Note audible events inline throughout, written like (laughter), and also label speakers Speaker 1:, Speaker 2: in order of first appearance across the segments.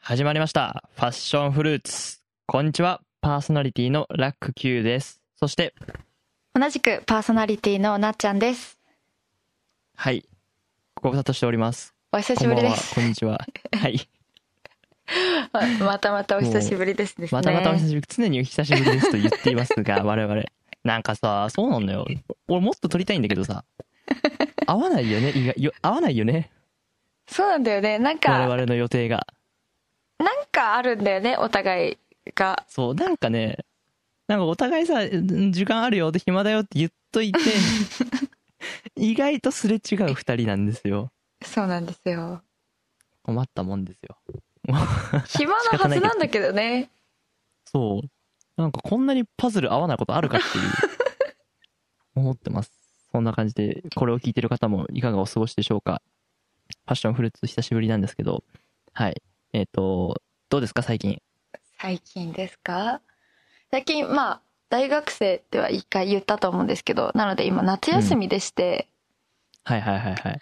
Speaker 1: 始まりました。ファッションフルーツ。こんにちは。パーソナリティのラック Q です。そして、
Speaker 2: 同じくパーソナリティのなっちゃんです
Speaker 1: はい。ご無沙汰しております。
Speaker 2: お久しぶりで
Speaker 1: こ
Speaker 2: す
Speaker 1: んばんは。こんにち
Speaker 2: (laughs)
Speaker 1: は。はい。
Speaker 2: またまたお久しぶりですですね
Speaker 1: またまたお久しぶり、常にお久しぶりですと言っています
Speaker 2: (laughs)
Speaker 1: が、我々。なんかさ、そうなんだよ。俺もっと撮りたいんだけどさ。合わないよね。意外よ合わないよね。
Speaker 2: そうなんだよねなん
Speaker 1: 我
Speaker 2: か
Speaker 1: 々の予定が。
Speaker 2: なんかあるんだよねお互いが
Speaker 1: そう、なんかね、なんかお互いさ、ん時間あるよって暇だよって言っと
Speaker 2: (laughs)
Speaker 1: いて、意外とすれ違う二人なんですよ。
Speaker 2: そうなんですよ
Speaker 1: 困ったもんですよ。
Speaker 2: 暇なはずなんだけどね
Speaker 1: そう。なんかこんなにパズル合わないことあるかっていう、 (laughs) 思ってます。そんな感じで、これを聞いてる方もいかがお過ごしでしょうか。ファッションフルーツ久しぶりなんですけど、はい。えっ、と、どうですか最近。
Speaker 2: 最近ですか最近まあ大学生っては一回言ったと思うんですけどなので今夏休みでして、
Speaker 1: はいはいはいはい。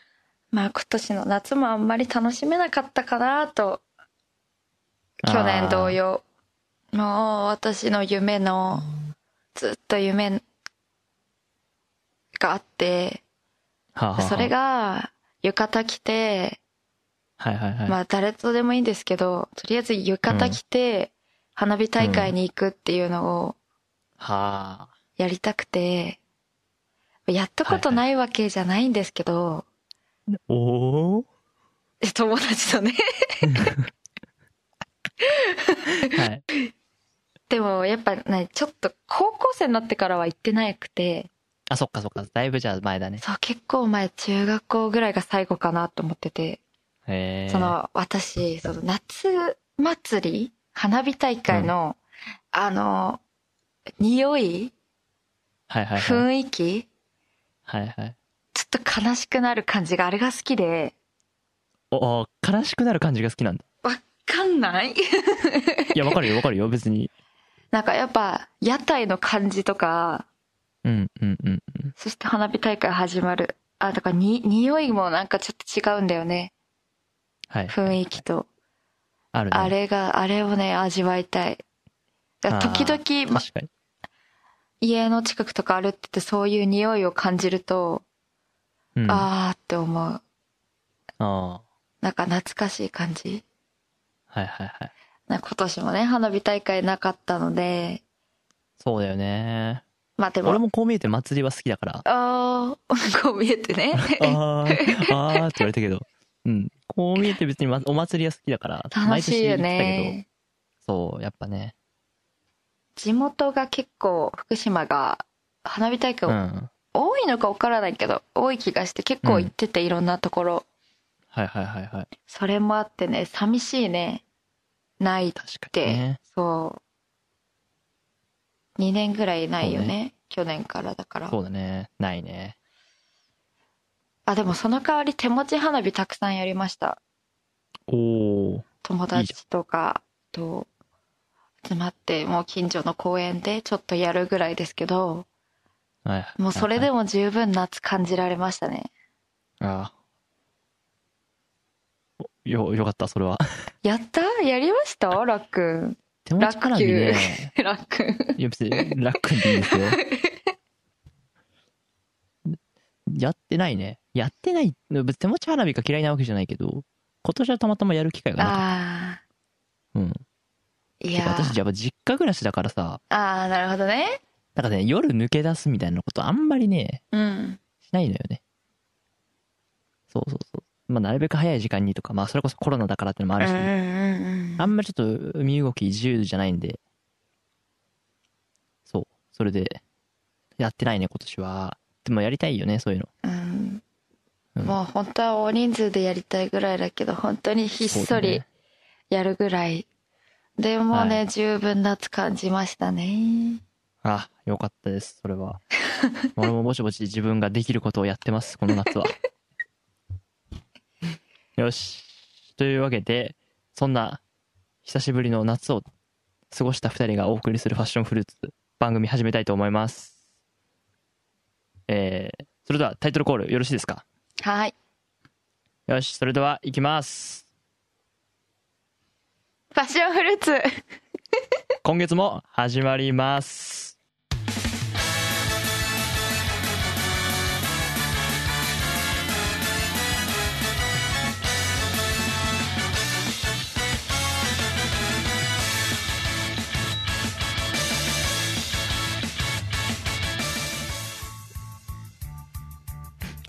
Speaker 2: まあ今年の夏もあんまり楽しめなかったかなと去年同様もう私の夢のずっと夢があって
Speaker 1: あー。はあはあはあ
Speaker 2: それ。が浴衣着て
Speaker 1: はいはいはい。
Speaker 2: まあ誰とでもいいんですけどとりあえず浴衣着て花火大会に行くっていうのを
Speaker 1: はあ。
Speaker 2: やりたくてやったことないわけじゃないんですけど、 (laughs)
Speaker 1: おお。
Speaker 2: 友達とね
Speaker 1: はい。
Speaker 2: でもやっぱねちょっと高校生になってからは行ってなくて
Speaker 1: あ、そっかそっか。だいぶじゃあ前だね。
Speaker 2: そう、結構前、中学校ぐらいが最後かなと思ってて、
Speaker 1: へえ。
Speaker 2: そ、の、私、その、夏祭り花火大会の、あの、匂い
Speaker 1: はいはいはい。
Speaker 2: 雰囲気
Speaker 1: はいはい。
Speaker 2: ちょっと悲しくなる感じが、あれが好きで、
Speaker 1: おお、悲しくなる感じが好きなんだ。
Speaker 2: わかんない
Speaker 1: いや、わかるよ、わかるよ、別に。
Speaker 2: (laughs) なんかやっぱ、屋台の感じとか、
Speaker 1: うん、うん、うん。うん
Speaker 2: そして花火大会始まる。あ、だからに、匂いもなんかちょっと違うんだよね。
Speaker 1: はい。
Speaker 2: 雰囲気と。
Speaker 1: あるね。
Speaker 2: あれが、あれをね、味わいたい。だから
Speaker 1: あ
Speaker 2: 時々、ま
Speaker 1: 確かに。
Speaker 2: 家の近くとか歩いててそういう匂いを感じると、
Speaker 1: うん、あ
Speaker 2: あーって思う
Speaker 1: あ。
Speaker 2: なんか懐かしい感じ
Speaker 1: はいはいはい。
Speaker 2: なんか今年もね花火大会なかったので
Speaker 1: そうだよね。
Speaker 2: まあでも
Speaker 1: 俺もこう見えて祭りは好きだから。
Speaker 2: あー (laughs) こう見えてね
Speaker 1: (laughs) あー、あーって言われたけど。うん。こう見えて別にまお祭りは好きだから。
Speaker 2: 楽しいよ
Speaker 1: 毎年行ってたけ
Speaker 2: ね
Speaker 1: ど。そう、やっぱね。
Speaker 2: 地元が結構福島が花火大
Speaker 1: う
Speaker 2: 会、
Speaker 1: ん。はい
Speaker 2: 多いのか分からないけど多い気がして結構行ってて、いろんなところ
Speaker 1: はいはいはい。
Speaker 2: それもあってね寂しいねないっ
Speaker 1: 確か
Speaker 2: て、
Speaker 1: にね。
Speaker 2: そう2年ぐらいないよね
Speaker 1: そう
Speaker 2: 去年からだから
Speaker 1: そうだね。ないね。
Speaker 2: あでもその代わり手持ち花火たくさんやりました
Speaker 1: おー。
Speaker 2: 友達とかと集まってもう近所の公園でちょっとやるぐらいですけど
Speaker 1: はい。
Speaker 2: もうそれ
Speaker 1: も
Speaker 2: でも十分夏感じられましたね
Speaker 1: ああ。およ、よかった、それは。
Speaker 2: やったやりましたラックン
Speaker 1: 手持ち花火ね。
Speaker 2: ラックン
Speaker 1: いや、別に楽でいいんですよ。やってないね。やってない。別に手持ち花火が嫌いなわけじゃないけど、今年はたまたまやる機会がなかっ
Speaker 2: あ
Speaker 1: た。うん。
Speaker 2: ーい
Speaker 1: て
Speaker 2: や
Speaker 1: か私、やっぱ実家暮らしだからさ、
Speaker 2: あーなるほどね
Speaker 1: なんかね、夜抜け出すみたいなことあんまりね、
Speaker 2: うん
Speaker 1: しないのよね。そうそうそう。まあ、なるべく早い時間にとか、まあ、それこそコロナだからってのもあ
Speaker 2: うん
Speaker 1: る
Speaker 2: う
Speaker 1: し、
Speaker 2: んうんうん
Speaker 1: あんまりちょっと身動き自由じゃないんで、そう、それで、やってないね、今年は。でもやりたいよね、そういうの。
Speaker 2: うん
Speaker 1: うん
Speaker 2: もう本当は大人数でやりたいぐらいだけど本当にひっそりやるぐらいでもね、
Speaker 1: は
Speaker 2: 十分夏感じましたね
Speaker 1: あ、よかったです、それ
Speaker 2: (laughs)
Speaker 1: は。俺もぼちぼち自分ができることをやってます、この
Speaker 2: (laughs)
Speaker 1: 夏は。よし。というわけで、そんな、久しぶりの夏を過ごした二人がお送りするファッションフルーツ、番組始めたいと思います。えー、それではタイトルコールよろしいですか
Speaker 2: はい
Speaker 1: よし、それでは行きます。
Speaker 2: パッションフルーツ
Speaker 1: 今月も始まります。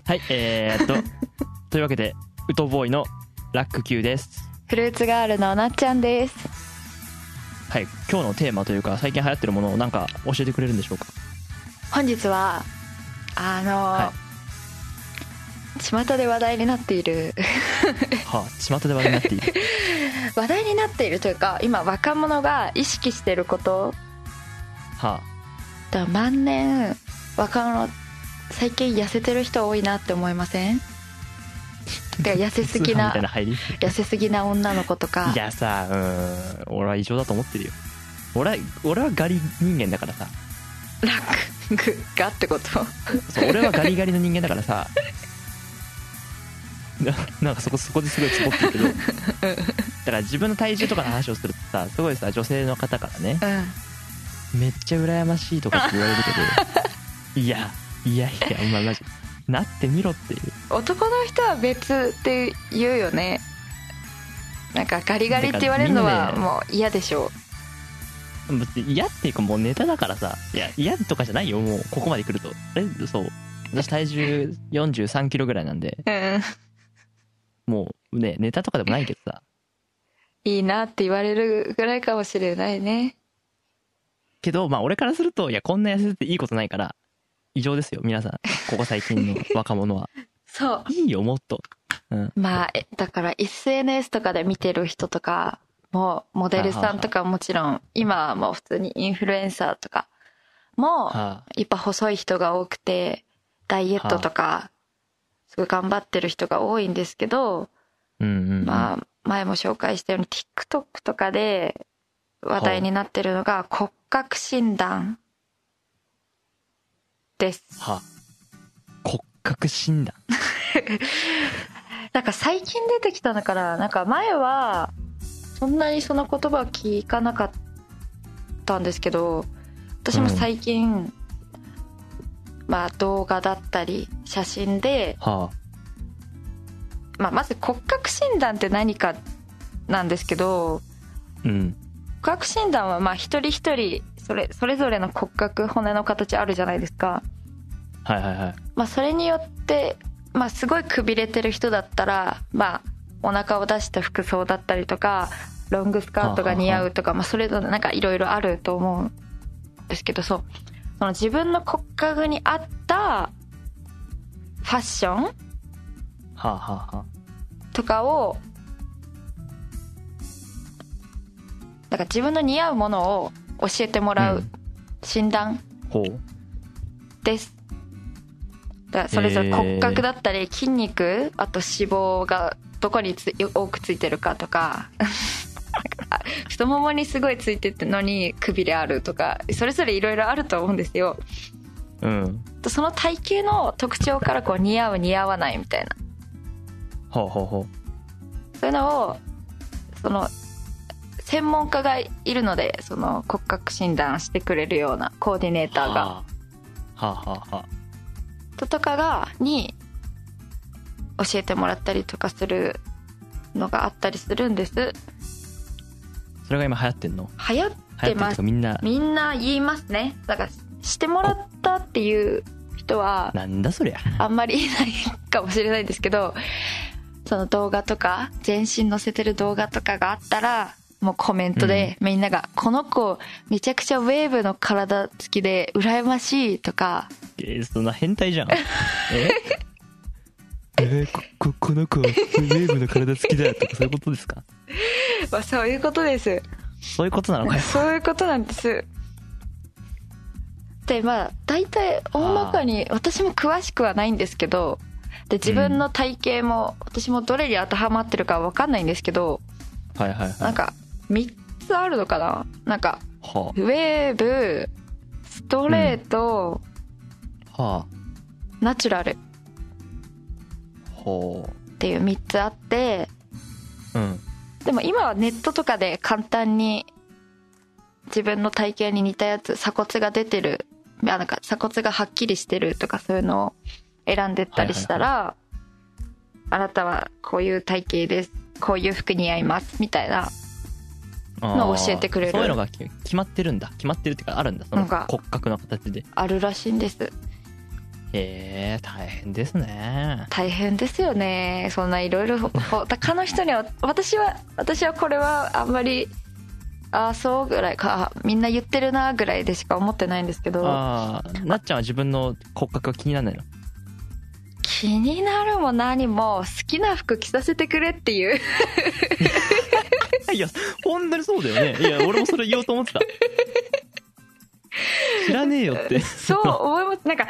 Speaker 1: はい、えー、っと、というわけで、ウトボーイのラック Q です。
Speaker 2: フルーツガールのなっちゃんです
Speaker 1: はい、今日のテーマというか、最近流行ってるものをなんか教えてくれるんでしょうか
Speaker 2: 本日はあの、
Speaker 1: は
Speaker 2: 巷で話題になっている (laughs)
Speaker 1: はあ、巷で話題になっている。
Speaker 2: 話題になっているというか今若者が意識してること
Speaker 1: は
Speaker 2: だから万年若者最近痩せてる人多いなって思いません
Speaker 1: (laughs)
Speaker 2: てか痩せ
Speaker 1: あ、
Speaker 2: す
Speaker 1: 通販
Speaker 2: ぎ
Speaker 1: み
Speaker 2: な
Speaker 1: たいな入り。い
Speaker 2: 痩せすぎな女の子とか
Speaker 1: やさ、うーん、俺は異常だと思ってるよ。俺は、俺はガリ人間だからさ。
Speaker 2: ラックがってこと
Speaker 1: そう俺はガリガリの人間だからさ。 (laughs) ななんかそこ、そこですごいツボってるけど。だから自分の体重とかの話をするとさ、すごいさ、女性の方からね、
Speaker 2: うん
Speaker 1: めっちゃ羨ましいとかって言われるけど、いや、いやいや、お前マジ、なってみろっていう。
Speaker 2: 男の人は別って言うよねなんかガリガリって言われる
Speaker 1: だ
Speaker 2: のは
Speaker 1: からみん
Speaker 2: もう嫌でしょ
Speaker 1: 別に嫌っていうかもうネタだからさいや嫌とかじゃないよもうここまで来るとえそう私体重4 3キロぐらいなんで
Speaker 2: う、うん、
Speaker 1: もうねネタとかでもないけどさ
Speaker 2: いいなって言われるぐらいかもしれないね
Speaker 1: けどまあ俺からするといやこんな痩せていいことないから異常ですよ皆さんここ最近の若者は (laughs)
Speaker 2: そう
Speaker 1: いいよもっと、うん、
Speaker 2: まあえだから SNS とかで見てる人とかもモデルさんとかもちろん今はもう普通にインフルエンサーとかも
Speaker 1: あ
Speaker 2: やっぱ細い人が多くてダイエットとかすごい頑張ってる人が多いんですけど
Speaker 1: うんうん
Speaker 2: まあ前も紹介したように TikTok とかで話題になってるのが骨格診断です
Speaker 1: は骨格診断
Speaker 2: なんか最近出てきたのかななんか前はそんなにその言葉を聞かなかったんですけど私も最近、まあ動画だったり写真で、
Speaker 1: は
Speaker 2: まあ、まず骨格診断って何かなんですけど
Speaker 1: うん
Speaker 2: 骨格診断はまあ一人一人それそれぞれの骨格骨の形あるじゃないですか、
Speaker 1: はいはいはい
Speaker 2: まあ、それによって、まあ、すごいくびれてる人だったら、まあ、お腹を出した服装だったりとかロングスカートが似合うとか、まあ、それぞれなんかいろいろあると思うんですけどそうその自分の骨格に合ったファッション
Speaker 1: はあ、はあは
Speaker 2: とかをなんか自分の似合うものを教えてもら
Speaker 1: う
Speaker 2: うん診断
Speaker 1: あ、ほう
Speaker 2: です、だからそれぞれ骨格だったり筋肉あと脂肪がどこにつ多くついてるかとか (laughs) 太ももにすごいついてるのにくびれあるとかそれぞれいろいろあると思うんですよ
Speaker 1: うん
Speaker 2: その体型の特徴からこう似合う似合わないみたいな
Speaker 1: ほうほうほ
Speaker 2: そういうのをその専門家がいるのでその骨格診断してくれるようなコーディネー
Speaker 1: う
Speaker 2: ターが
Speaker 1: はあ、はあはあはあ
Speaker 2: 人とかがに教えてもらったりとかするのがあったりするんです
Speaker 1: それが今流行ってんの
Speaker 2: 流行っ
Speaker 1: 流行っててる
Speaker 2: ま
Speaker 1: と
Speaker 2: す
Speaker 1: かみんな
Speaker 2: みんな言いますねだからしてもらったっていう人は
Speaker 1: なんだそりゃ
Speaker 2: あんまりいないかもしれないんですけどその動画とか全身載せてる動画とかがあったらもうコメントでみんなが「この子めちゃくちゃウェーブの体つきで羨ましい」とか
Speaker 1: えーそんな変態じゃんええーこここの子ウェーブの体好きだとかそういうことですか
Speaker 2: (laughs) まあそういうことです
Speaker 1: そういうことなのかよ
Speaker 2: そういうことなんですでまあ大体大まかに私も詳しくはないんですけどで自分の体型も私もどれに当てはまってるか分かんないんですけど
Speaker 1: はいはいは
Speaker 2: ないんか3つあるのかななんか
Speaker 1: は
Speaker 2: ウェーブストレート、
Speaker 1: あは
Speaker 2: ナチュラルっ
Speaker 1: あは
Speaker 2: ていう3つあって
Speaker 1: あうん
Speaker 2: ででも今はネットとかで簡単に自分の体型に似たやつ鎖骨が出てるあなんか鎖骨がはっきりしてるとかそういうのを選んでったりしたら、あなたはこういう体型ですこういう服似合いますみたいな
Speaker 1: あ
Speaker 2: の
Speaker 1: ー
Speaker 2: 教えてくれる
Speaker 1: そういうのが決決まってるんだ決まってるっていうかあるんだそ
Speaker 2: な
Speaker 1: の
Speaker 2: んか
Speaker 1: 骨格の形で
Speaker 2: あるらしいんです
Speaker 1: へえ大変ですね
Speaker 2: 大変ですよねそんないろいろ他の人には私は私はこれはあんまりああそうぐらいかみんな言ってるなぐらいでしか思ってないんですけど
Speaker 1: ああなっちゃんは自分の骨格が気にならないの
Speaker 2: 気になるも何も好きな服着させてくれって
Speaker 1: (laughs)
Speaker 2: いう
Speaker 1: いや本当にそうだよねいや俺もそれ言おうと思ってた知らねえよって (laughs)
Speaker 2: そう思いますなんか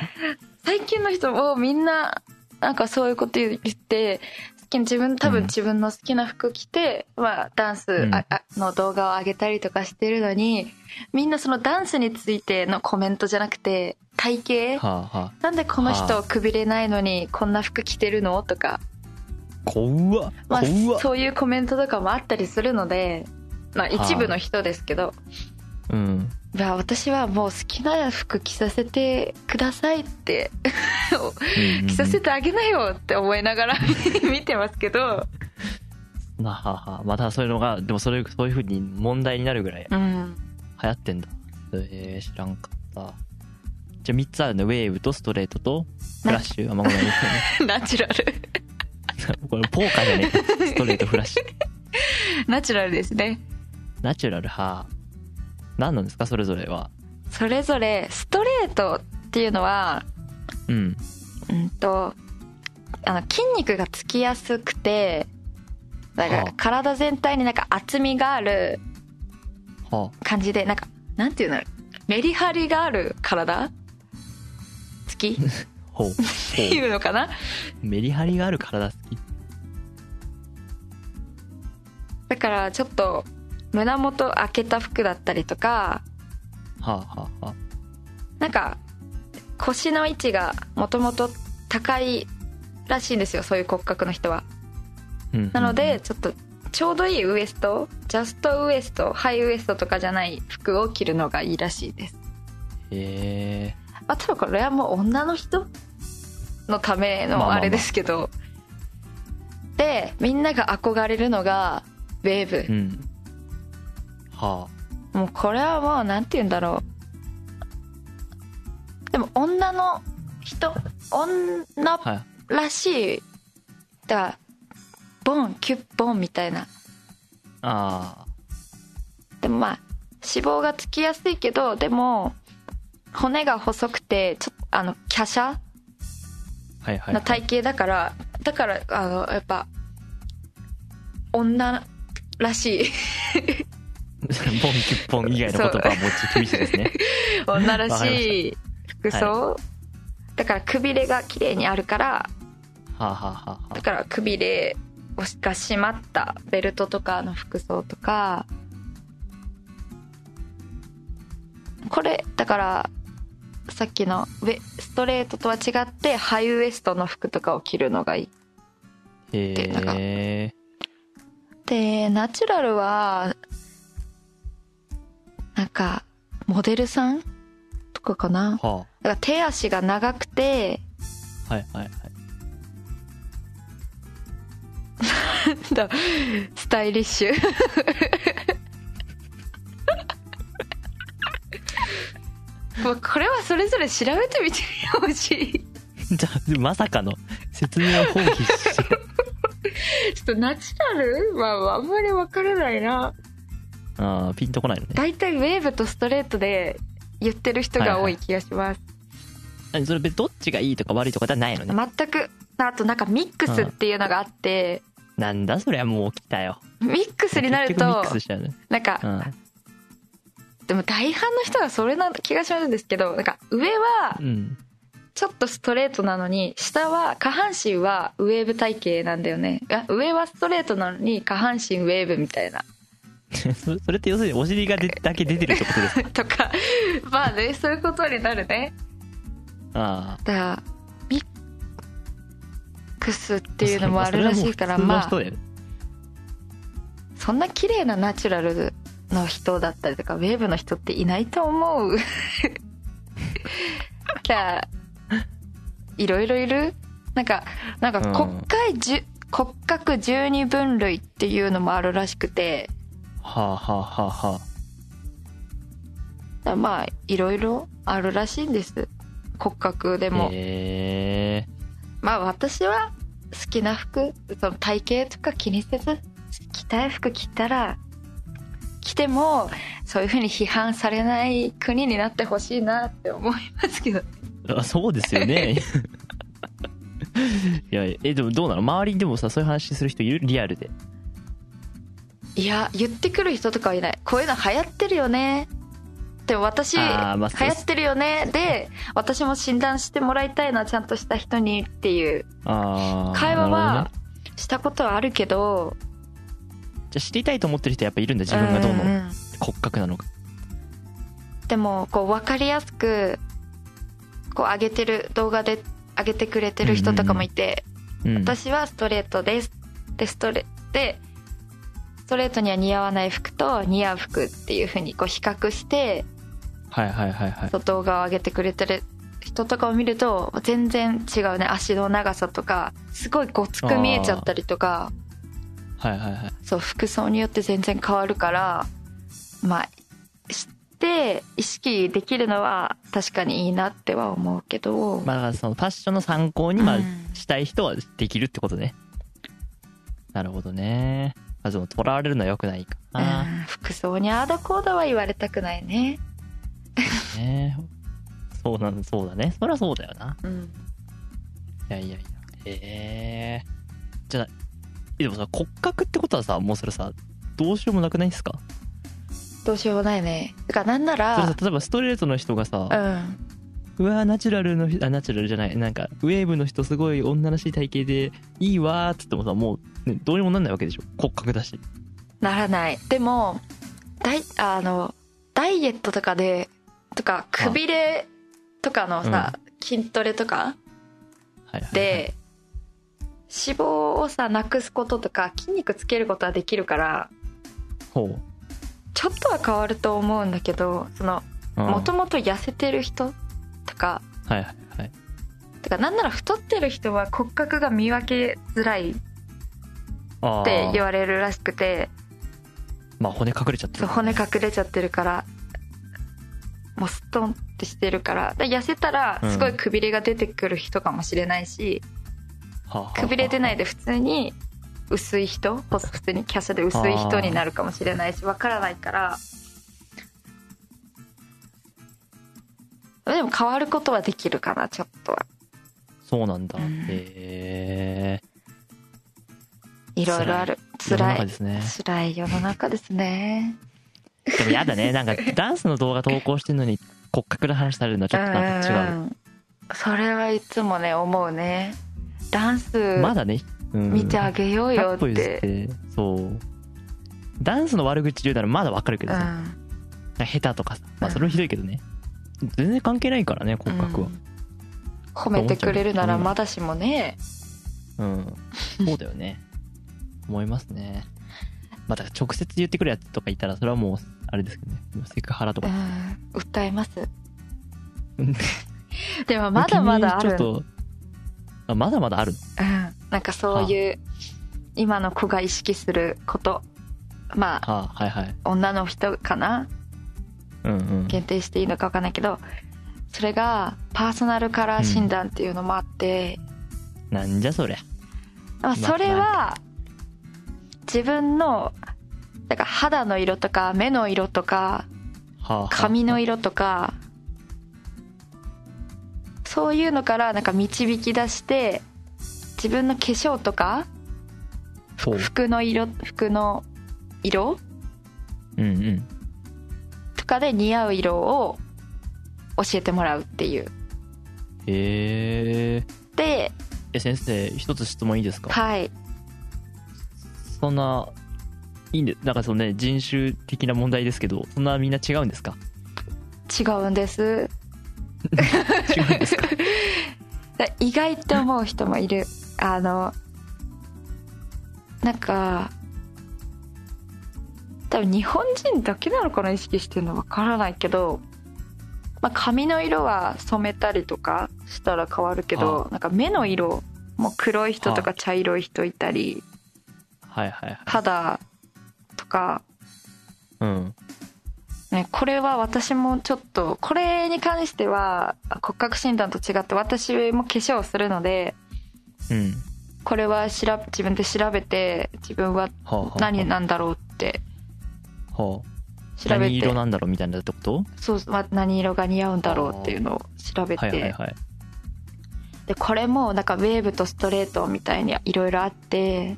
Speaker 2: 最近の人もみんななんかそういうこと言って好きな自分多
Speaker 1: うん
Speaker 2: 分自分の好きな服着て、まあ、ダンス
Speaker 1: うん
Speaker 2: ああの動画を上げたりとかしてるのにみんなそのダンスについてのコメントじゃなくて体型
Speaker 1: はあはあ
Speaker 2: なんでこの人くびれないのにこんな服着てるのとか、
Speaker 1: 怖っ
Speaker 2: まあ、
Speaker 1: 怖っ
Speaker 2: そういうコメントとかもあったりするので、まあ、一部の人ですけど
Speaker 1: うん
Speaker 2: いや私はもう好きな服着させてくださいって着させてあげなよって思いながら (laughs) 見てますけど、
Speaker 1: なははまたそういうのがでもそれそういうふうに問題になるぐらい
Speaker 2: うん、
Speaker 1: 流行ってんだえー、知らんかったじゃあ3つあるねウェーブとストレートとフラッシュあまあごめん (laughs) ね
Speaker 2: ナチュラル
Speaker 1: これポーカーじゃねえかストレートフラッシュ
Speaker 2: ナチュラルですね
Speaker 1: ナチュラル派何なんですかそれぞれは
Speaker 2: それぞれストレートっていうのは
Speaker 1: うん
Speaker 2: うんとあの筋肉がつきやすくてだか
Speaker 1: はあ
Speaker 2: ら体全体になんか厚みがある
Speaker 1: は
Speaker 2: 感じでなんかなんていうのメリハリがある体好きっ
Speaker 1: あほうほう
Speaker 2: ていうのかな
Speaker 1: メリハリがある体好き
Speaker 2: だからちょっと胸元開けた服だったりとか
Speaker 1: はあはあは
Speaker 2: なんか腰の位置がもともと高いらしいんですよそういう骨格の人は
Speaker 1: あ、うん
Speaker 2: なのでちょっとちょうどいいウエストジャストウエストハイウエストとかじゃない服を着るのがいいらしいです
Speaker 1: へえ
Speaker 2: まあ多分これはもう女の人のため
Speaker 1: まあまあ
Speaker 2: の
Speaker 1: まあ
Speaker 2: あれですけど、でみんなが憧れるのがウェー
Speaker 1: う
Speaker 2: ブ、
Speaker 1: んは
Speaker 2: もうこれはもうなんて言うんだろうでも女の人女
Speaker 1: あはい
Speaker 2: らしいだからボンキュッボンみたいな
Speaker 1: あ
Speaker 2: でもまあ脂肪がつきやすいけどでも骨が細くてちょっとあの華奢
Speaker 1: あはいはい、は、
Speaker 2: ない体型だから、だからあのやっぱ女
Speaker 1: (laughs)
Speaker 2: らし
Speaker 1: ボ
Speaker 2: い
Speaker 1: ンキュッポン以外の言葉はもうちょっと厳しいですね
Speaker 2: 女ら
Speaker 1: わか
Speaker 2: し
Speaker 1: り
Speaker 2: い服装、だからくびれが綺麗にあるから
Speaker 1: はあ、はあはあ
Speaker 2: だ
Speaker 1: は
Speaker 2: からくびれが締まったベルトとかの服装とかこれだからさっきのウェストレートとは違ってハイウエストの服とかを着るのがいい
Speaker 1: あ、へ
Speaker 2: てなんか
Speaker 1: え
Speaker 2: でナチュラルはなんかモデルさんとかか
Speaker 1: は
Speaker 2: なだから手足が長くて
Speaker 1: あはいはいはい (laughs)
Speaker 2: だスタイリッシ (laughs) ュもうこれはそれぞれ調べてみてほしいち
Speaker 1: じゃあまさかの説明を放棄して (laughs)
Speaker 2: ょっとナチュラルはあんまりわからないな
Speaker 1: ああピンとこないのね
Speaker 2: 大体ウェーブとストレートで言ってる人が多い気がします、
Speaker 1: 何それ別にどっちがいいとか悪いとかじゃないのね
Speaker 2: 全くあとなんかミックスっていうのがあって、
Speaker 1: なんだそりゃもう起きたよ
Speaker 2: ミックスになる
Speaker 1: 結局ミ
Speaker 2: と
Speaker 1: ックスしちゃうね
Speaker 2: なんか、でも大半の人がそれな気がしますんですけどなんか上は
Speaker 1: うん、うん、 (laughs)
Speaker 2: ちょっとストレートなのに下は下半身はウェーブ体型なんだよねいや上はストレートなのに下半身ウェーブみたいな (laughs)
Speaker 1: それそれって要するにお尻がでだけ出てるってことですか
Speaker 2: とか (laughs) まあねそういうことになるね
Speaker 1: ああ
Speaker 2: だからミックスっていうのもあるらしいから
Speaker 1: それは
Speaker 2: ま
Speaker 1: もう普通
Speaker 2: あ
Speaker 1: の人だよね
Speaker 2: そんな綺麗なナチュラルの人だったりとかウェーブの人っていないと思う (laughs) じゃあいろいろいるなんかなんか国会じゅ、骨格12分類っていうのもあるらしくて
Speaker 1: はあはあはあはあ
Speaker 2: だからまあいろいろあるらしいんです骨格でも、
Speaker 1: へえ
Speaker 2: まあ私は好きな服その体型とか気にせず着たい服着たら着てもそういうふうに批判されない国になってほしいなって思いますけど
Speaker 1: あそうですよね (laughs) いやえでもどうなの周りにでもさそういう話する人いるリアルで
Speaker 2: いや言ってくる人とかはいないこういうの流行ってるよねでも私、
Speaker 1: あーまあそう
Speaker 2: 流行ってるよねで私も診断してもらいたいなちゃんとした人にっていう
Speaker 1: ああ
Speaker 2: 会
Speaker 1: な
Speaker 2: 話
Speaker 1: るほど
Speaker 2: は
Speaker 1: ね
Speaker 2: したことはあるけど
Speaker 1: じゃあ知りたいと思ってる人やっぱいるんだ自分がどうの
Speaker 2: んん
Speaker 1: 骨格なのか
Speaker 2: でもこう分かりやすくこう上げてる動画で上げてくれてる人とかもいて、
Speaker 1: うん
Speaker 2: 私はストレートですでストレでストレートには似合わない服と似合う服っていうふうにこう比較して
Speaker 1: はいはいはいはい
Speaker 2: そう動画を上げてくれてる人とかを見ると全然違うね足の長さとかすごいごつく見えちゃったりとか
Speaker 1: はいはいはい
Speaker 2: そう服装によって全然変わるからまあ知って意識できるのは確かにいいなっては思うけど、
Speaker 1: まあだからそのファッションの参考にまあ
Speaker 2: うん
Speaker 1: したい人はできるってことね、なるほどねまあでもとらわれるのは良くないかな、
Speaker 2: うん服装にああだこうだは言われたくないね、
Speaker 1: ねそうなんそうだねそりゃそうだよな
Speaker 2: うん、
Speaker 1: いやいやいやええじゃあえでもさ骨格ってことはさもうそれさどうしようもなくないですか
Speaker 2: どうしようもないねだからなんな
Speaker 1: それさ
Speaker 2: ら
Speaker 1: 例えばストレートの人がさ、
Speaker 2: うん
Speaker 1: うわーナチュラルの人あナチュラルじゃないなんかウェーブの人すごい女らしい体型でいいわーっつってもさもう、ね、どうにもなんないわけでしょ骨格だし
Speaker 2: ならないでもダイあのダイエットとかでとかくびれとかのさ、筋トレとか
Speaker 1: はいはいはい、
Speaker 2: で脂肪をさなくすこととか筋肉つけることはできるから
Speaker 1: ほう
Speaker 2: ちょっとは変わると思うんだけどその
Speaker 1: うん
Speaker 2: もともと痩せてる人とか
Speaker 1: はいはいはい
Speaker 2: てかなんなら太ってる人は骨格が見分けづらいっ
Speaker 1: あ
Speaker 2: て言
Speaker 1: あ
Speaker 2: われるらしくて
Speaker 1: まあ骨隠れちゃって
Speaker 2: そう
Speaker 1: る
Speaker 2: 骨隠れちゃってるからもうストンってしてるからだから痩せたらすごいくびれが出てくる人かもしれないし、くびれ出ない
Speaker 1: で
Speaker 2: で普通に薄い人細普通に華奢で薄い人になるかもしれないしわからないからでも変わることはできるかなちょっとは
Speaker 1: そうなんだ
Speaker 2: うん
Speaker 1: へえ
Speaker 2: いろいろある
Speaker 1: 世の
Speaker 2: 辛
Speaker 1: 中
Speaker 2: い
Speaker 1: ですね
Speaker 2: 辛い世の中ですね
Speaker 1: でもやだねなん
Speaker 2: (laughs)
Speaker 1: かダンスの動画投稿してるのに骨格の話されるのはちょっとなんか違う
Speaker 2: うんうんそれはいつもね思うねダンス
Speaker 1: まだね、うん
Speaker 2: 見てあげようよ
Speaker 1: 百
Speaker 2: っ
Speaker 1: 歩譲ってそうダンスの悪口言うならまだわかるけ
Speaker 2: う
Speaker 1: どさ、
Speaker 2: ん
Speaker 1: なんか下手とかさまあそれもひどいけどね全然関係ないからね骨格は
Speaker 2: うん褒めてくれるならまだしもね
Speaker 1: うん、そうだよね思いますねまた直接言ってくるやつとかいたらそれはもうあれですけどねもうセクハラと
Speaker 2: う
Speaker 1: か
Speaker 2: ん訴えます
Speaker 1: うん
Speaker 2: (laughs) でもまだまだあ
Speaker 1: 君
Speaker 2: る
Speaker 1: ちょっとあまだまだある
Speaker 2: うん、なんかそういう今の子が意識することまあ
Speaker 1: あはいはい
Speaker 2: 女の人かな
Speaker 1: うんうん
Speaker 2: 限定していいのか分かんないけどそれがパーソナルカラー診断っていうのもあって、
Speaker 1: なんじゃそりゃ
Speaker 2: まあ、それは自分のなんか肌の色とか目の色とか
Speaker 1: はあはあ
Speaker 2: 髪の色とかそういうのからなんか導き出して自分の化粧とか
Speaker 1: ほう
Speaker 2: 服の色服の色
Speaker 1: うんうん
Speaker 2: とかで似合う色を教えてもらうっていう
Speaker 1: へえ
Speaker 2: で
Speaker 1: え先生一つ質問いいですか
Speaker 2: はい
Speaker 1: そんないいんでなんかそのね人種的な問題ですけどそんなみんな違うんです
Speaker 2: (laughs)
Speaker 1: か
Speaker 2: 違うんです
Speaker 1: 違
Speaker 2: (laughs)
Speaker 1: うんですか
Speaker 2: で意外って思う人もいるあのなんか多分日本人だけなのかな意識してるのわからないけど、まあ、髪の色は染めたりとかしたら変わるけど、
Speaker 1: は
Speaker 2: なんか目の色も黒い人と
Speaker 1: は
Speaker 2: か茶色い人いたり、
Speaker 1: はいはいはい。
Speaker 2: 肌とか、
Speaker 1: うん。
Speaker 2: ね、これは私もちょっとこれに関しては骨格診断と違って私も化粧をするので
Speaker 1: うん。
Speaker 2: これは調べ自分で調べて自分は
Speaker 1: はあ、はあ、
Speaker 2: 何
Speaker 1: は
Speaker 2: なんだろうって
Speaker 1: あ、はあ
Speaker 2: 調べ
Speaker 1: 何
Speaker 2: て
Speaker 1: 色なんだろうみたいなってこと
Speaker 2: そう、まあ、何色が似合うんだろうっていうのを調べて、
Speaker 1: はいはいはい。
Speaker 2: でこれもなんかウェーブとストレートみたいにいろいろあって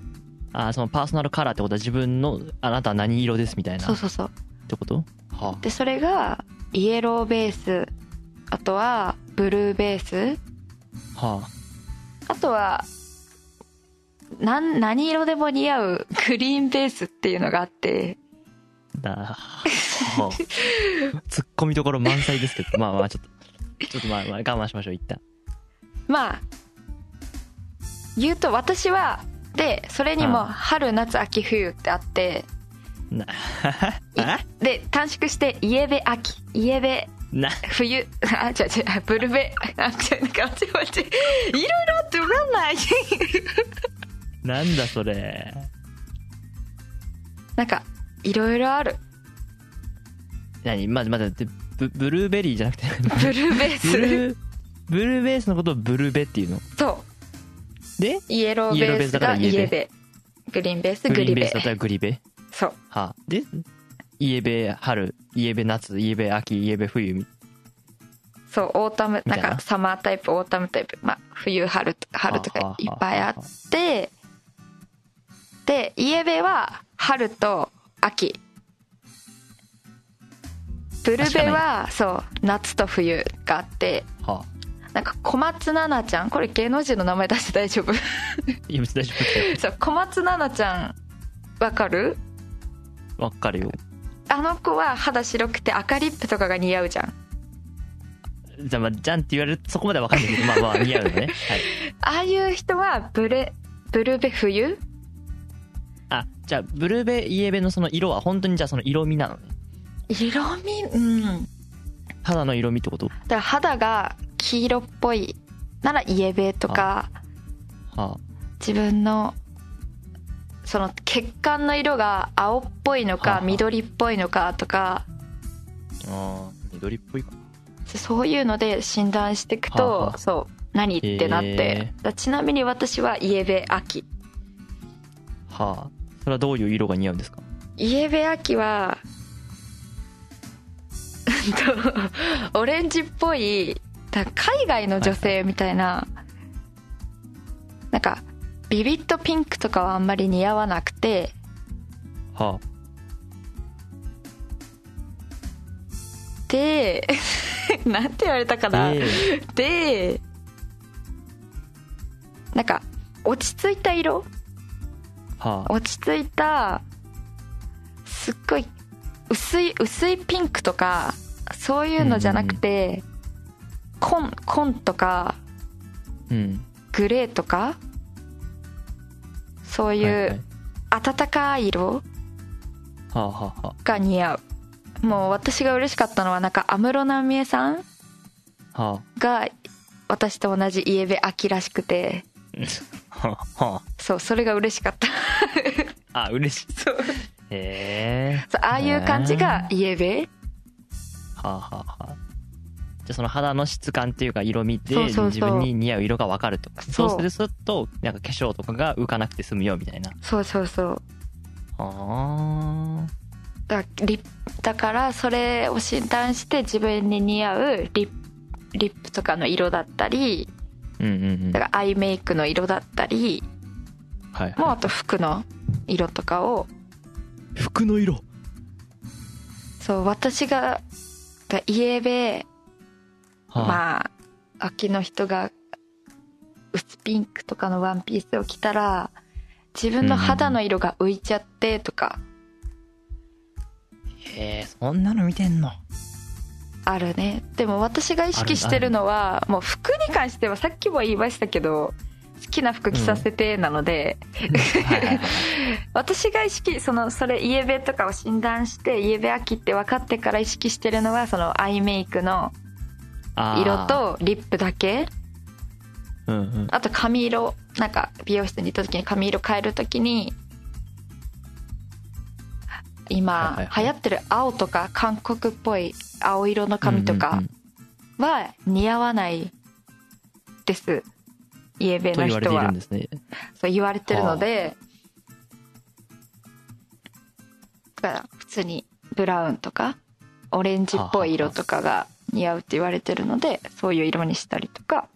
Speaker 1: あーそのパーソナルカラーってことは自分のあなたは何色ですみたいな
Speaker 2: そうそうそう
Speaker 1: ってことは
Speaker 2: でそれがイエローベースあとはブルーベース
Speaker 1: あ、は
Speaker 2: あとはなん何色でも似合うグリーンベースっていうのがあって
Speaker 1: あ、 (laughs) だはあツッコミどころ満載ですけどまあまあちょっとちょっとまあまあ我慢しましょう一旦
Speaker 2: まあ言うと私はでそれにも
Speaker 1: うん
Speaker 2: 春夏秋冬ってあって
Speaker 1: な
Speaker 2: で短縮してイエベ秋イエベ
Speaker 1: な
Speaker 2: 冬 (laughs) あ違う違うあブルベ (laughs) あ違うなんか待って待っていろいろあって分かんない (laughs)
Speaker 1: なんだそれ
Speaker 2: なんかいろいろある
Speaker 1: 何まずまずでブブルーベリーじゃ (laughs) なくて
Speaker 2: ブルーベー
Speaker 1: ブルー
Speaker 2: ス
Speaker 1: ブルーベースのことをブルーベっていうの
Speaker 2: そう
Speaker 1: で
Speaker 2: イエローベース
Speaker 1: イエ
Speaker 2: が
Speaker 1: ローベースだからイエ
Speaker 2: イ
Speaker 1: ベ
Speaker 2: エベグリーンベース
Speaker 1: グ
Speaker 2: グ
Speaker 1: リー
Speaker 2: リ
Speaker 1: ンベー
Speaker 2: ベ
Speaker 1: スだったらグリベ
Speaker 2: そう
Speaker 1: はあ、でイエベ春イエベ夏イエベ秋イエベ冬み
Speaker 2: そうオータム
Speaker 1: み
Speaker 2: な
Speaker 1: た
Speaker 2: ん
Speaker 1: いな
Speaker 2: かサマータイプオータムタイプ、まあ、冬春とか春と
Speaker 1: ははは
Speaker 2: か
Speaker 1: い
Speaker 2: っぱいあってでイエベは春と秋ブルベはそう夏と冬があって
Speaker 1: はあ
Speaker 2: なんか小松菜奈ちゃんこれ芸能人の名前出して大丈夫 (laughs)
Speaker 1: いや別に大丈夫だよ
Speaker 2: そう小松菜奈ちゃんわかる
Speaker 1: わかるよ
Speaker 2: あの子は肌白くて赤リップとかが似合うじゃん
Speaker 1: じゃあ、まあ、じゃんって言われるとそこまではわかんないけどまあまあ似合うよね、はい、
Speaker 2: ああいう人はブレブルベ冬
Speaker 1: あじゃあブルーベイエベのその色は本当にじゃあその色味なのね
Speaker 2: 色味うん
Speaker 1: 肌の色味ってこと
Speaker 2: だから肌が黄色っぽいならイエベとか
Speaker 1: は
Speaker 2: 自分のその血管の色が青っぽい
Speaker 1: は
Speaker 2: の
Speaker 1: あ
Speaker 2: か
Speaker 1: はあ
Speaker 2: 緑っぽいのかとか
Speaker 1: ああー緑っぽいか
Speaker 2: そういうので診断していくと、
Speaker 1: はあはあ
Speaker 2: そう何ってなっ
Speaker 1: へ
Speaker 2: て
Speaker 1: え
Speaker 2: だちなみに私はイエベ秋
Speaker 1: はあそれはどういう色が似合うんですか
Speaker 2: イエベ秋はうんとオレンジっぽいだ海外の女性みたいな、なんかビビッとピンクとかはあんまり似合わなくて
Speaker 1: は
Speaker 2: で (laughs) なんて言われたか
Speaker 1: あ
Speaker 2: な
Speaker 1: で
Speaker 2: でなんか落ち着いた色
Speaker 1: はあ
Speaker 2: 落ち着いたすっごい薄い薄いピンクとかそういうのじゃなくて、紺紺とか
Speaker 1: うん
Speaker 2: グレーとかそうい
Speaker 1: はいはいう
Speaker 2: 暖かい色
Speaker 1: はあはあは
Speaker 2: が似合うもう私が嬉しかったのはなんか安室奈美恵さん
Speaker 1: あは
Speaker 2: が私と同じイエベ秋らしくて
Speaker 1: あはあは
Speaker 2: そうそれが嬉しかった
Speaker 1: ああ嬉しい
Speaker 2: そう
Speaker 1: へえ
Speaker 2: そうああいう感じがイエベ
Speaker 1: はあはあはあじゃあその肌の質感っていうか色味で
Speaker 2: そうそうそう
Speaker 1: 自分に似合う色が分かると
Speaker 2: そう
Speaker 1: そうするとなんか化粧とかが浮かなくて済むよみたいな
Speaker 2: そうそうそう
Speaker 1: あ
Speaker 2: だリッだからそれを診断して自分に似合うリップリップとかの色だったり
Speaker 1: ーうんうんうん
Speaker 2: だからアイメイクの色だったり
Speaker 1: はい
Speaker 2: もうあと服の色とかを
Speaker 1: 服の色
Speaker 2: そう私がだからイエベ
Speaker 1: あ
Speaker 2: まあ秋の人が薄ピンクとかのワンピースを着たら自分の肌の色が浮いちゃってとか
Speaker 1: へえそんなの見てん
Speaker 2: (laughs)
Speaker 1: の
Speaker 2: あるねでも私が意識してるのはもう服に関してはさっきも言いましたけど好きな服着させてなので、
Speaker 1: はいはいはい
Speaker 2: 私が意識そのそれイエベとかを診断してイエベ秋って分かってから意識してるのはそのアイメイクの
Speaker 1: あー
Speaker 2: 色、とリップだけ
Speaker 1: うんうん、
Speaker 2: あと髪色なんか美容室に行った時に髪色変える時に
Speaker 1: はいはい
Speaker 2: 今
Speaker 1: はい
Speaker 2: 流行ってる青とか韓国っぽい青色の髪と
Speaker 1: うんう
Speaker 2: か
Speaker 1: んうん
Speaker 2: は似合わないですイエベ
Speaker 1: と
Speaker 2: の
Speaker 1: 言われ
Speaker 2: 人
Speaker 1: ている
Speaker 2: は
Speaker 1: んですね。
Speaker 2: そう言われてるのでだから普通にブラウンとかオレンジっぽい色とかが似合うって言われてるのでそういう色にしたりとか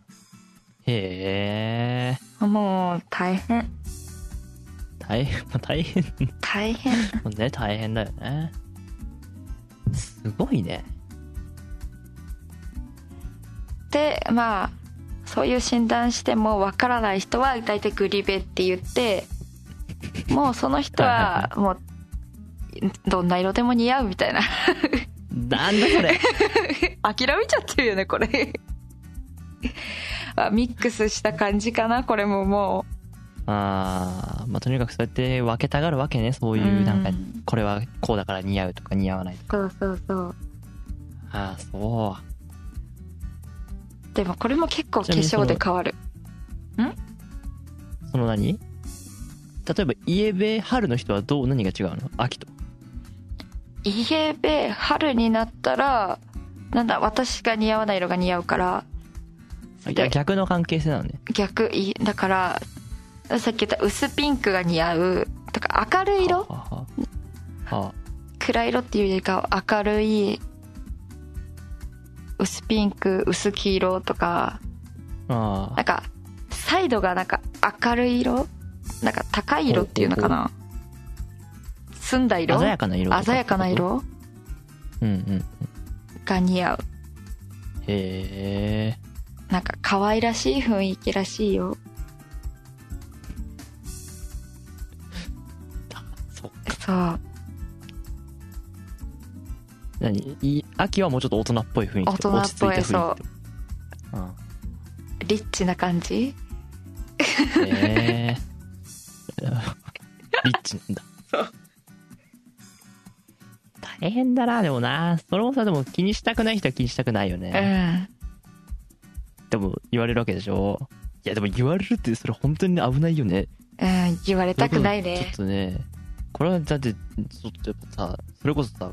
Speaker 1: へえ、
Speaker 2: もう大変
Speaker 1: 大変、まあ大変
Speaker 2: 大変
Speaker 1: もうね、大変だよね。すごいね。
Speaker 2: でまあそういう診断してもわからない人は大体グリベって言ってもうその人はもうどんな色でも似合うみたいな
Speaker 1: なんだそ (laughs) れ。
Speaker 2: 諦めちゃってるよねこれ (laughs) あミックスした感じかなこれもも
Speaker 1: あーまあ、とにかくそうやって分けたがるわけね、そういう、なんか
Speaker 2: うん、
Speaker 1: これはこうだから似合うとか似合わないと
Speaker 2: うそうそうそう
Speaker 1: か。ああ、そ
Speaker 2: でもこれも結構
Speaker 1: ち
Speaker 2: 化
Speaker 1: なみにその
Speaker 2: 粧で変わる
Speaker 1: う。その何例えば、家べ春の人はどう、何が違うの秋と。
Speaker 2: イエベ春になったらなんだ私が似合わない色が似合うから
Speaker 1: あいや逆の関係性なのね。
Speaker 2: 逆いだからさっき言った薄ピンクが似合うとか明るい色
Speaker 1: はあはあはあ
Speaker 2: 暗い色っていうよりかは明るい薄ピンク薄黄色とか
Speaker 1: あ
Speaker 2: なんかサイドがなんか明るい色なんか高い色っていうのかな澄んだ
Speaker 1: あ
Speaker 2: 色
Speaker 1: 鮮やかな色と
Speaker 2: 鮮やかな色
Speaker 1: うんうん
Speaker 2: が似合う
Speaker 1: へえ
Speaker 2: なんか可愛らしい雰囲気らしいよ
Speaker 1: そう
Speaker 2: そう
Speaker 1: 何い秋はもうちょっと大人っぽい雰囲気
Speaker 2: 大人っぽい
Speaker 1: 落ち着た雰囲気
Speaker 2: そう
Speaker 1: あ
Speaker 2: リッチな感じ
Speaker 1: ーへえリッチなんだ大変だなでもなそれもさでも気にしたくない人は気にしたくないよ
Speaker 2: う
Speaker 1: ね、
Speaker 2: ん
Speaker 1: でも言われるわけでしょいやでも言われるってそれ本当に危ないよね
Speaker 2: うん言われたくないね
Speaker 1: ちょっとねこれはだってちょっとやっぱさそれこそさ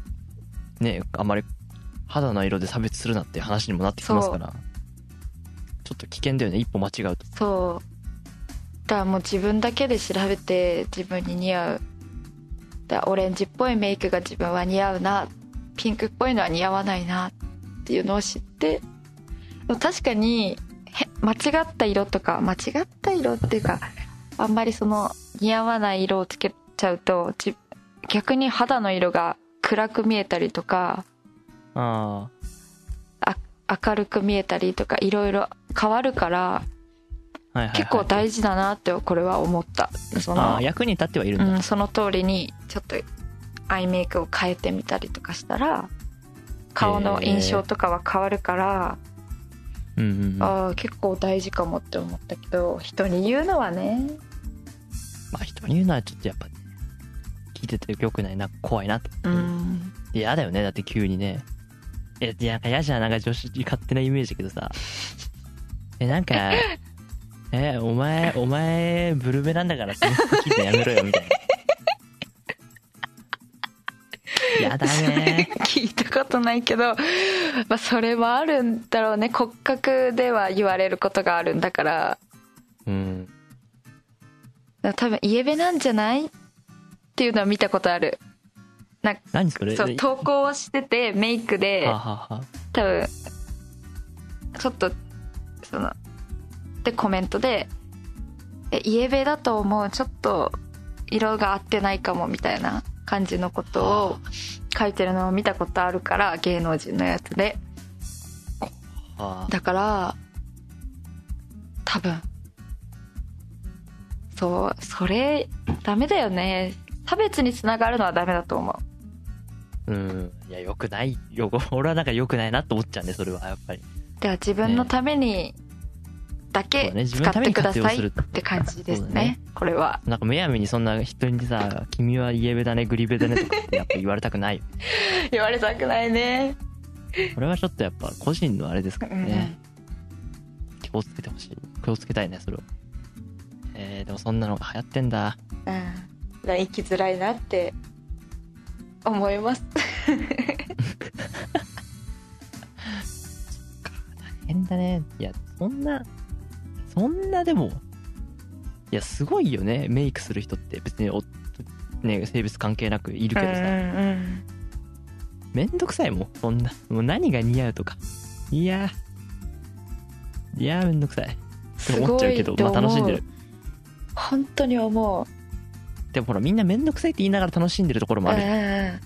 Speaker 1: ねあまり肌の色で差別するなって話にもなってきますからちょっと危険だよね一歩間違うと
Speaker 2: そうだからもう自分だけで調べて自分に似合うだからオレンジっぽいメイクが自分は似合うなピンクっぽいのは似合わないなっていうのを知ってでも確かにへ間違った色とか間違った色っていうかあんまりその似合わない色をつけちゃうとじ逆に肌の色が暗く見えたりとか
Speaker 1: あ
Speaker 2: あ明るく見えたりとかいろいろ変わるから
Speaker 1: あはいはい、はい、
Speaker 2: 結構大事だなってこれは思ったそ
Speaker 1: あ
Speaker 2: の
Speaker 1: あ役に立ってはいるん
Speaker 2: う
Speaker 1: だ、
Speaker 2: ん、その通りにちょっとアイメイクを変えてみたりとかしたら顔の印象とかは変わるから、
Speaker 1: うん、うんうんま
Speaker 2: あー結構大事かもって思ったけど人に言うのはね
Speaker 1: あ人に言うのはちょっとやっぱね聞いててよくないな怖いなって
Speaker 2: うん
Speaker 1: 嫌だよねだって急にねえなんか嫌じゃんなんか女子勝手なイメージだけどさえなんか
Speaker 2: (laughs)
Speaker 1: えお前お前ブルベなんだからその服着てやめろよみたい
Speaker 2: (laughs)
Speaker 1: なやだね
Speaker 2: 聞いたことないけど、まあ、それはあるんだろうね骨格では言われることがあるんだから
Speaker 1: うん
Speaker 2: 多分イエベなんじゃないっていうのは見たことある
Speaker 1: 何それ
Speaker 2: そう投稿をしててメイクで
Speaker 1: はあはあは
Speaker 2: 多分ちょっとそのでコメントで「えイエベだと思うちょっと色が合ってないかも」みたいな感じのことを書いてるのを見たことあるから芸能人のやつで
Speaker 1: あはあ
Speaker 2: だから多分そうそれダメだよね差別につながるのはダメだと思う
Speaker 1: うんいやよくないよ俺はなんかよくないなと思っちゃうねそれはやっぱり
Speaker 2: では自分のためにだ
Speaker 1: そう
Speaker 2: け
Speaker 1: だね自分
Speaker 2: 使
Speaker 1: の
Speaker 2: ったて
Speaker 1: めに
Speaker 2: くだ
Speaker 1: 活用
Speaker 2: さ
Speaker 1: す
Speaker 2: い
Speaker 1: る
Speaker 2: って感じです
Speaker 1: そう
Speaker 2: ね
Speaker 1: だね
Speaker 2: これは
Speaker 1: なんかむやみにそんな人にさ「君はイエベだねグリベだね」とかってやっぱ言われたくないよ
Speaker 2: 言われたくないね
Speaker 1: これはちょっとやっぱ個人のあれですから
Speaker 2: うん
Speaker 1: ね、気をつけてほしい気をつけたいねそれをえー、でもそんなのが流行ってんだ
Speaker 2: うん、生きづらいなって思います
Speaker 1: 変だねいやそんなそんなでもいやすごいよねメイクする人って別におね性別関係なくいるけどさ、
Speaker 2: ん
Speaker 1: めんどくさいもんそんなもう何が似合うとかいやいやめんどくさいって思っちゃうけどまあ楽しんでる
Speaker 2: 本当に思う
Speaker 1: でもほらみんなめんどくさいって言いながら楽しんでるところもある
Speaker 2: うん
Speaker 1: じゃん、
Speaker 2: うんうん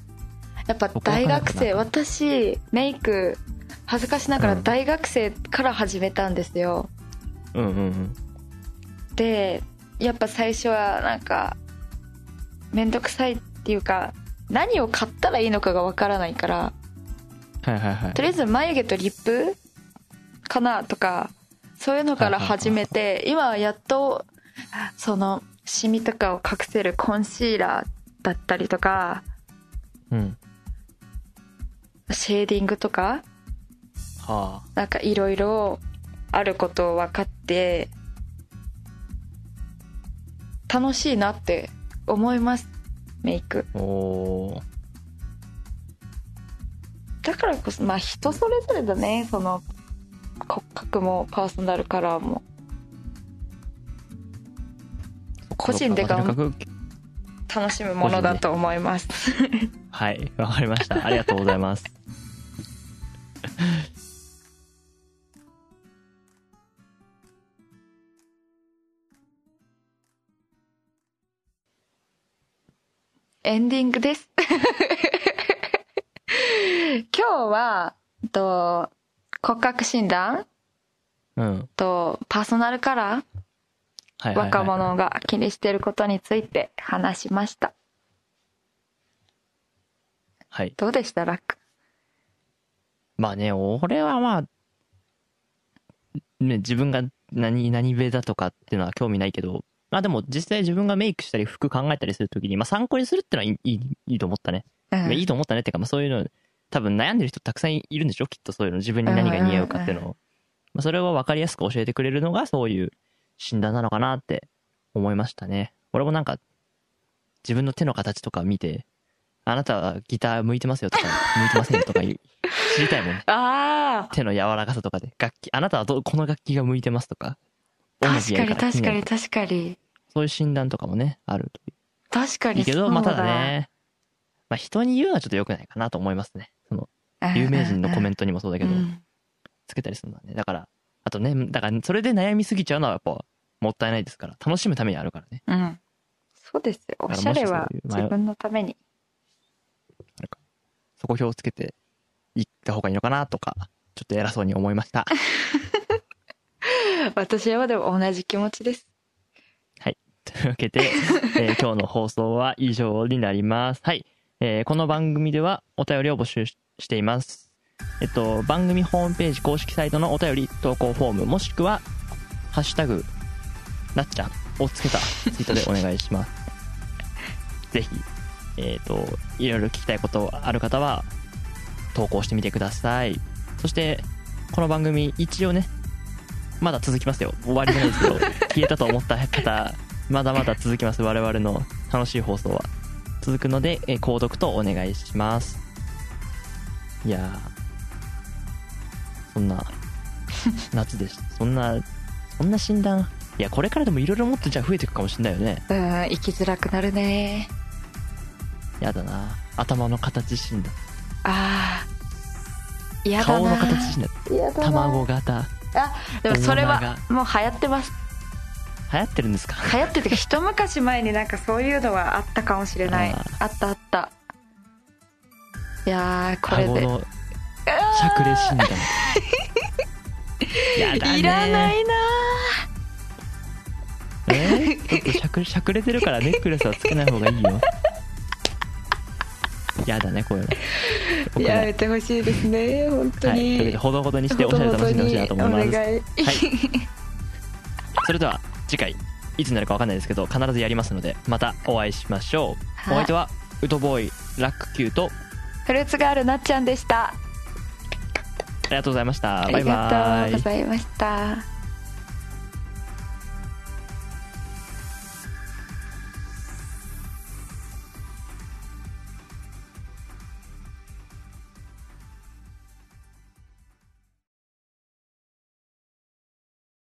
Speaker 2: やっぱ大学生
Speaker 1: ここ
Speaker 2: 私メイク恥ずかしながら
Speaker 1: うん
Speaker 2: 大学生から始めたんですよ、
Speaker 1: うん、うんうん
Speaker 2: でやっぱ最初はなんか面倒くさいっていうか何を買ったらいいのかがわからないから
Speaker 1: はいはいはい
Speaker 2: とりあえず眉毛とリップかなとかそういうのから始めて今はやっとそのシミとかを隠せるコンシーラーだったりとか
Speaker 1: うん
Speaker 2: シェーディングとか
Speaker 1: は
Speaker 2: なんかいろいろあることを分かって楽しいなって思いますメイク
Speaker 1: あおー
Speaker 2: だからこそまあ人それぞれだねその骨格もパーソナルカラーも個人で
Speaker 1: と
Speaker 2: 頑
Speaker 1: にかく
Speaker 2: 楽しむものだと思います
Speaker 1: (laughs) はいわかりましたありがとうございます
Speaker 2: エンディングです (laughs) 今日はえっと骨格診断
Speaker 1: うんはい
Speaker 2: とパーソナルカラー
Speaker 1: はい、はい、
Speaker 2: 若者が気にしてることについて話しました
Speaker 1: はい
Speaker 2: どうでしたラック
Speaker 1: まあね、俺はまあ、ね、自分が何、何部だとかっていうのは興味ないけど、まあでも実際自分がメイクしたり服考えたりするときに、まあ参考にするってのはいい、いいいいと思ったね。
Speaker 2: うん
Speaker 1: まあいいと思ったねっていうか、まあそういうの、多分悩んでる人たくさんいるんでしょきっとそういうの。自分に何が似合うかっていうのを。まあそれを分かりやすく教えてくれるのがそういう診断なのかなって思いましたね。俺もなんか、自分の手の形とか見て、あなたはギター向いてますよとか、向いてませんよとか
Speaker 2: (laughs)
Speaker 1: 言う知りたいもんね。
Speaker 2: ああ
Speaker 1: 手の柔らかさとかで楽器あなたはどこの楽器が向いてますとか音楽
Speaker 2: 確
Speaker 1: や
Speaker 2: か
Speaker 1: る
Speaker 2: に
Speaker 1: ら
Speaker 2: 確か
Speaker 1: 気にな
Speaker 2: に
Speaker 1: る
Speaker 2: 確かに
Speaker 1: そういう診断とかもねあると
Speaker 2: 確かに
Speaker 1: いいけ
Speaker 2: そ
Speaker 1: ど
Speaker 2: う
Speaker 1: まあただね、まあ、人に言うのはちょっと良くないかなと思いますねその
Speaker 2: うんうんうん
Speaker 1: 有名人のコメントにもそうだけど、
Speaker 2: うん
Speaker 1: つけたりするのはねだからあとねだからそれで悩みすぎちゃうのはやっぱもったいないですから楽しむためにあるからね
Speaker 2: うんそうですよお
Speaker 1: だからもし
Speaker 2: しゃれは
Speaker 1: そういう
Speaker 2: 自分のために
Speaker 1: (laughs) そこ表をつけていった方がいいのかなとかちょっと偉そうに思いました
Speaker 2: 私はでも同じ気持ちです
Speaker 1: というわけで、えー今日の放送は以上になります。はい。えーこの番組ではお便りを募集ししています。えっと、番組ホームページ公式サイトのお便り投稿フォーム、もしくは、ハッシュタグ、なっちゃんをつけたツイートでお願いします。ぜひ、えっ、と、いろいろ聞きたいことある方は、投稿してみてください。そして、この番組、一応ね、まだ続きますよ。終わりじゃないですけど、消えたと思った方、まだまだ続きます。我々の楽しい放送は。続くので、えー購読とお願いします。いやー、そんな、 (laughs) 夏です。そんな、そんな診断。いや、これからでもいろいろもっとじゃあ増えていくかもしれないよね。
Speaker 2: うん生きづらくなるね
Speaker 1: やだな頭の形診断。
Speaker 2: ああ嫌だ
Speaker 1: 顔
Speaker 2: な
Speaker 1: の形診断。
Speaker 2: 嫌だな
Speaker 1: 卵型。
Speaker 2: でもそれ
Speaker 1: 大
Speaker 2: は
Speaker 1: 玉
Speaker 2: もう流行ってます
Speaker 1: 流行ってるんですか
Speaker 2: 流行ってて一昔前になんかそういうのはあったかもしれない
Speaker 1: あ
Speaker 2: あったあったいやーこれ
Speaker 1: 顎
Speaker 2: で
Speaker 1: のしゃくれ診
Speaker 2: (laughs)
Speaker 1: 断。やだね
Speaker 2: いらないな
Speaker 1: えーちょっとしゃくしゃくれてる
Speaker 2: (laughs)
Speaker 1: からネックレスはつけない方がいいよやだねこういうの
Speaker 2: ー
Speaker 1: 僕
Speaker 2: や
Speaker 1: ね
Speaker 2: めてほしいですね本当
Speaker 1: はい、というわけ
Speaker 2: に、
Speaker 1: でほどほどにしておしゃれ楽しんでほしいなと思います
Speaker 2: ほどほどにお願い
Speaker 1: はいそれでは次回いつになるかわかんないですけど必ずやりますのでまたお会いしましょうお
Speaker 2: は
Speaker 1: 相
Speaker 2: い
Speaker 1: 手はウトボーイラック Q と
Speaker 2: フルーツガールなっちゃんでした
Speaker 1: ありがとうございました
Speaker 2: あ
Speaker 1: バイ
Speaker 2: り
Speaker 1: バ
Speaker 2: が
Speaker 1: イ
Speaker 2: とうございました